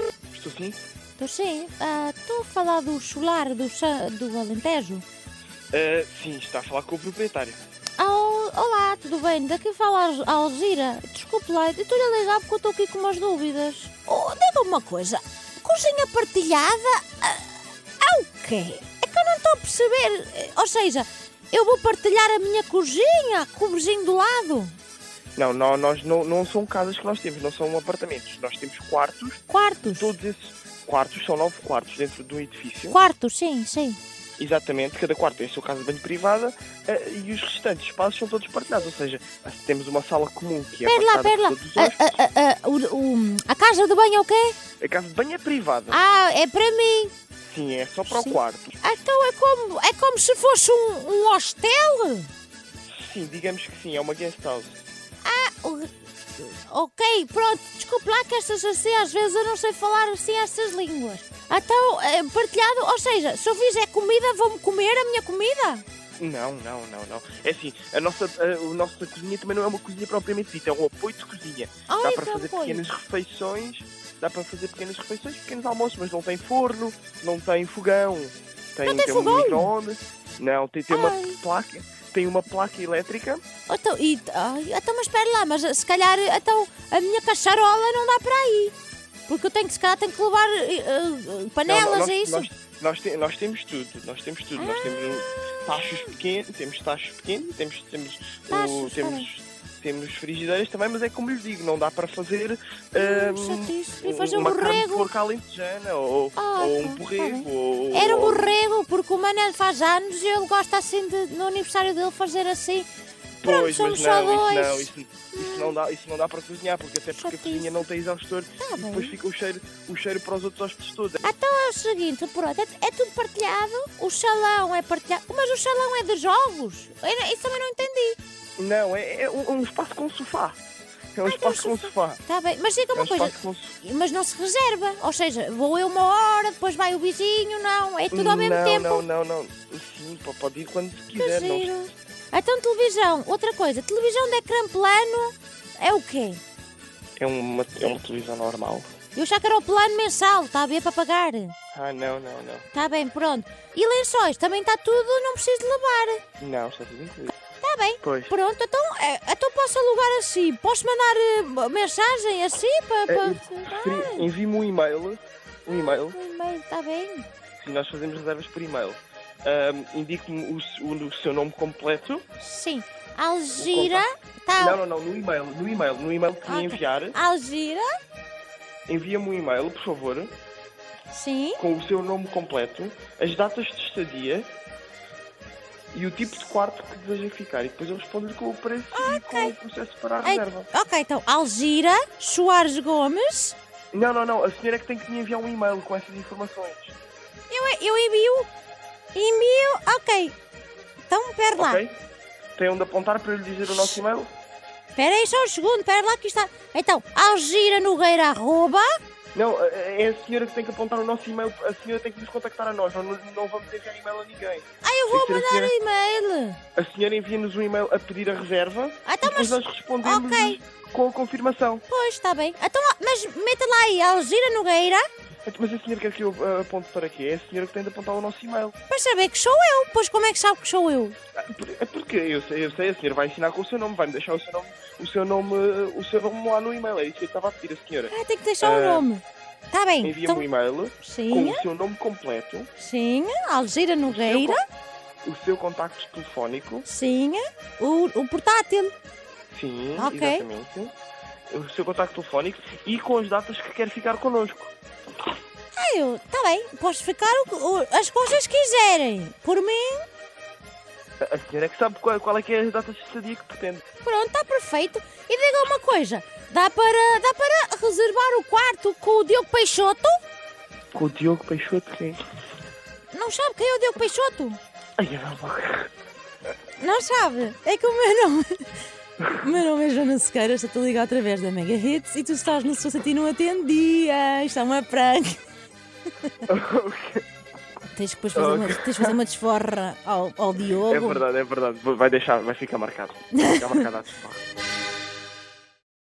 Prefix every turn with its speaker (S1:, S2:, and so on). S1: sim?
S2: Estou Então, sim. ah, Estou a falar do solar do, Sa- do Alentejo.
S1: Ah, sim, está a falar com o proprietário.
S2: Ah, olá, tudo bem? Daqui fala a Al- a Alzira. Desculpe lá, eu estou-lhe a ligar porque eu estou aqui com umas dúvidas.
S3: Oh, diga uma coisa. Cozinha partilhada? Ah, ah, o quê?
S2: É que eu não estou a perceber. eh, Ou seja, eu vou partilhar a minha cozinha com o vizinho do lado.
S1: Não, nó- nós não, não são casas que nós temos, não são apartamentos. Nós temos quartos,
S2: Quartos.
S1: todos esses quartos são nove quartos dentro de um edifício.
S2: Quartos, sim, sim.
S1: Exatamente, cada quarto tem a sua casa de banho privada ah, e os restantes espaços são todos partilhados. Ou seja, temos uma sala comum que é
S2: Pera lá,
S1: partilhada
S2: pera
S1: por
S2: lá.
S1: todos os
S2: A,
S1: hóspedes.
S2: a- a- a- ah, o- o- a casa de banho é o quê?
S1: A casa de banho é privada.
S2: Ah, é para mim.
S1: Sim, é só para
S2: Sim.
S1: o quarto.
S2: Então é como, é como se fosse um, um hostel.
S1: Sim, digamos que sim, é uma guest house.
S2: O- Ok, pronto. Desculpe lá que estas assim, às vezes eu não sei falar assim estas línguas. Então, eh, partilhado, ou seja, se eu fizer comida, vão-me comer a minha comida?
S1: Não, não, não, não. É assim, a nossa, a, a nossa cozinha também não é uma cozinha propriamente dita, é um apoio de cozinha.
S2: Ah,
S1: dá para
S2: então,
S1: fazer
S2: pois.
S1: pequenas refeições, dá para fazer pequenas refeições, pequenos almoços, mas não tem forno, não tem fogão, tem,
S2: tem
S1: tem
S2: fogão?
S1: um micro-ondas, não, tem, tem uma
S2: Ai.
S1: placa, tem uma placa elétrica.
S2: Então, e, ai, então, mas espera lá, mas eh, se calhar eh, então, a minha cacharola não dá para aí. Porque eu tenho que, se calhar, tenho que levar eh, eh,
S1: Não,
S2: panelas,
S1: nós,
S2: é isso?
S1: Nós, nós, te- nós temos tudo, nós temos tudo, nós temos
S2: Ah.
S1: um, tachos pequenos, temos tachos pequenos, temos, temos, o,
S2: Tachos,
S1: temos, temos frigideiras também, mas é como lhes digo, não dá para fazer
S2: Hum,
S1: hum,
S2: chatice. Fui fazer um
S1: uma carne de
S2: borrego.
S1: porco à lentejana, ou,
S2: Ah,
S1: ou
S2: tá,
S1: um
S2: tá
S1: borrego,
S2: bem.
S1: ou...
S2: Era um
S1: ou-
S2: borrego, porque o Manel faz anos e ele gosta assim de, no aniversário dele, fazer assim. Tá Pronto,
S1: Pois, mas
S2: somos só
S1: não,
S2: dois.
S1: isso não, isso, isso não dá, isso não dá para cozinhar, porque até porque a
S2: Chatice.
S1: cozinha não tem exaustor
S2: Tá
S1: e depois
S2: bem.
S1: fica o cheiro, o cheiro para os outros hóspedes todos.
S2: É o seguinte, pronto, é, é tudo partilhado, o salão é partilhado, mas o salão é de jogos. Eu não- isso também não entendi.
S1: Não, é, é um, um espaço com sofá. É um espaço com sofá.
S2: Está tá bem, mas
S1: É
S2: diga
S1: um
S2: uma coisa,
S1: espaço com sofá.
S2: mas não se reserva. Ou seja, vou eu uma hora, depois vai o vizinho, não, é tudo ao mesmo
S1: não,
S2: tempo.
S1: Não, não, não. Sim, pá, pode ir quando se
S2: Que
S1: quiser. Não.
S2: giro. Então, televisão, outra coisa, televisão de ecrã plano é o quê?
S1: É, uma, é uma televisão normal.
S2: Eu já quero o plano mensal, está a ver, para pagar.
S1: Ah, não, não, não.
S2: Está Tá bem, pronto. E lençóis, também está tudo, não preciso de lavar.
S1: Não, está tudo incluído.
S2: Está Tá bem.
S1: Pois.
S2: Pronto, então, eh, então posso alugar assim? Posso mandar eh, mensagem assim para.
S1: É, eu
S2: para...
S1: preferi- Envie-me um e-mail. Um e-mail.
S2: Ah, e-mail, está bem.
S1: Sim, nós fazemos reservas por e-mail. Ahm, Indique-me o, s- o- o seu nome completo.
S2: Sim. Algira. Tá.
S1: Não, não, não. No e-mail. No e-mail. No e-mail que
S2: Ok.
S1: me enviar.
S2: Algira.
S1: Envia-me um e-mail, por favor.
S2: Sim.
S1: Com o seu nome completo. As datas de estadia. E o tipo de quarto que deseja ficar. E depois eu respondo-lhe com o preço e com o processo para a
S2: Ai,
S1: reserva.
S2: Ok, então, Algira Soares Gomes.
S1: Não, não, não. A senhora é que tem que me enviar um e-mail com essas informações.
S2: Eu, eu envio. Envio. Ok. Então, pera lá.
S1: Ok? Tem onde apontar para eu lhe dizer o nosso e-mail?
S2: Espera aí só um segundo, pera lá que isto está. Então, Algira Nogueira. Arroba.
S1: Não, a- é a senhora que tem que apontar o nosso e-mail. A senhora tem que nos contactar a nós. Nós não, não vamos enviar e-mail a ninguém.
S2: Ah, eu
S1: Tem que
S2: vou
S1: ser a
S2: mandar
S1: senhora-
S2: e-mail.
S1: A senhora envia-nos um e-mail a pedir a reserva
S2: Ah,
S1: e
S2: então,
S1: depois
S2: mas.
S1: nós respondemos
S2: ok.
S1: com a confirmação.
S2: Pois, está bem. Então, ó, mas meta lá aí, Algira Nogueira.
S1: Mas a senhora quer que eu ah, aponte para quê? É a senhora que tem de apontar o nosso e-mail.
S2: Para saber que sou eu, pois como é que sabe que sou eu?
S1: Ah, por- É porque eu sei, eu sei, a senhora vai ensinar com o seu nome, vai-me deixar o seu nome, o seu nome, ah, o seu nome lá no e-mail. É isso que eu estava a pedir a senhora.
S2: Ah, tem que deixar o
S1: Ah,
S2: nome. Está bem.
S1: Envia-me
S2: Então,
S1: um e-mail com
S2: sim,
S1: o seu nome completo.
S2: sim, Algira Nogueira,
S1: O seu contacto telefónico,
S2: sim, o, o portátil.
S1: sim,
S2: Ok.
S1: exatamente. O seu contacto telefónico e com as datas que quer ficar connosco.
S2: Ah, eu, está bem, posso ficar o, que- o- as coisas que quiserem. Por mim,
S1: A a senhora é que sabe qual, qual é que é as datas de estadia que pretende.
S2: pronto, está perfeito. E diga uma coisa, dá para, dá para reservar o quarto com o Diogo Peixoto?
S1: Com o Diogo Peixoto, quem?
S2: Não sabe quem é o Diogo Peixoto?
S1: Ai, é eu não vou-
S2: Não sabe? É que o meu nome. O meu nome é Joana Sequeira, estou a ligar através da Mega Hits e tu estás no Se Fosse a Ti Não Atendia. Isto é uma prank. Tens que depois fazer, uma, tens de fazer uma desforra ao, ao
S1: É
S2: Diogo.
S1: verdade, é verdade. Vai deixar, vai ficar marcado. Vai ficar marcado à desforra.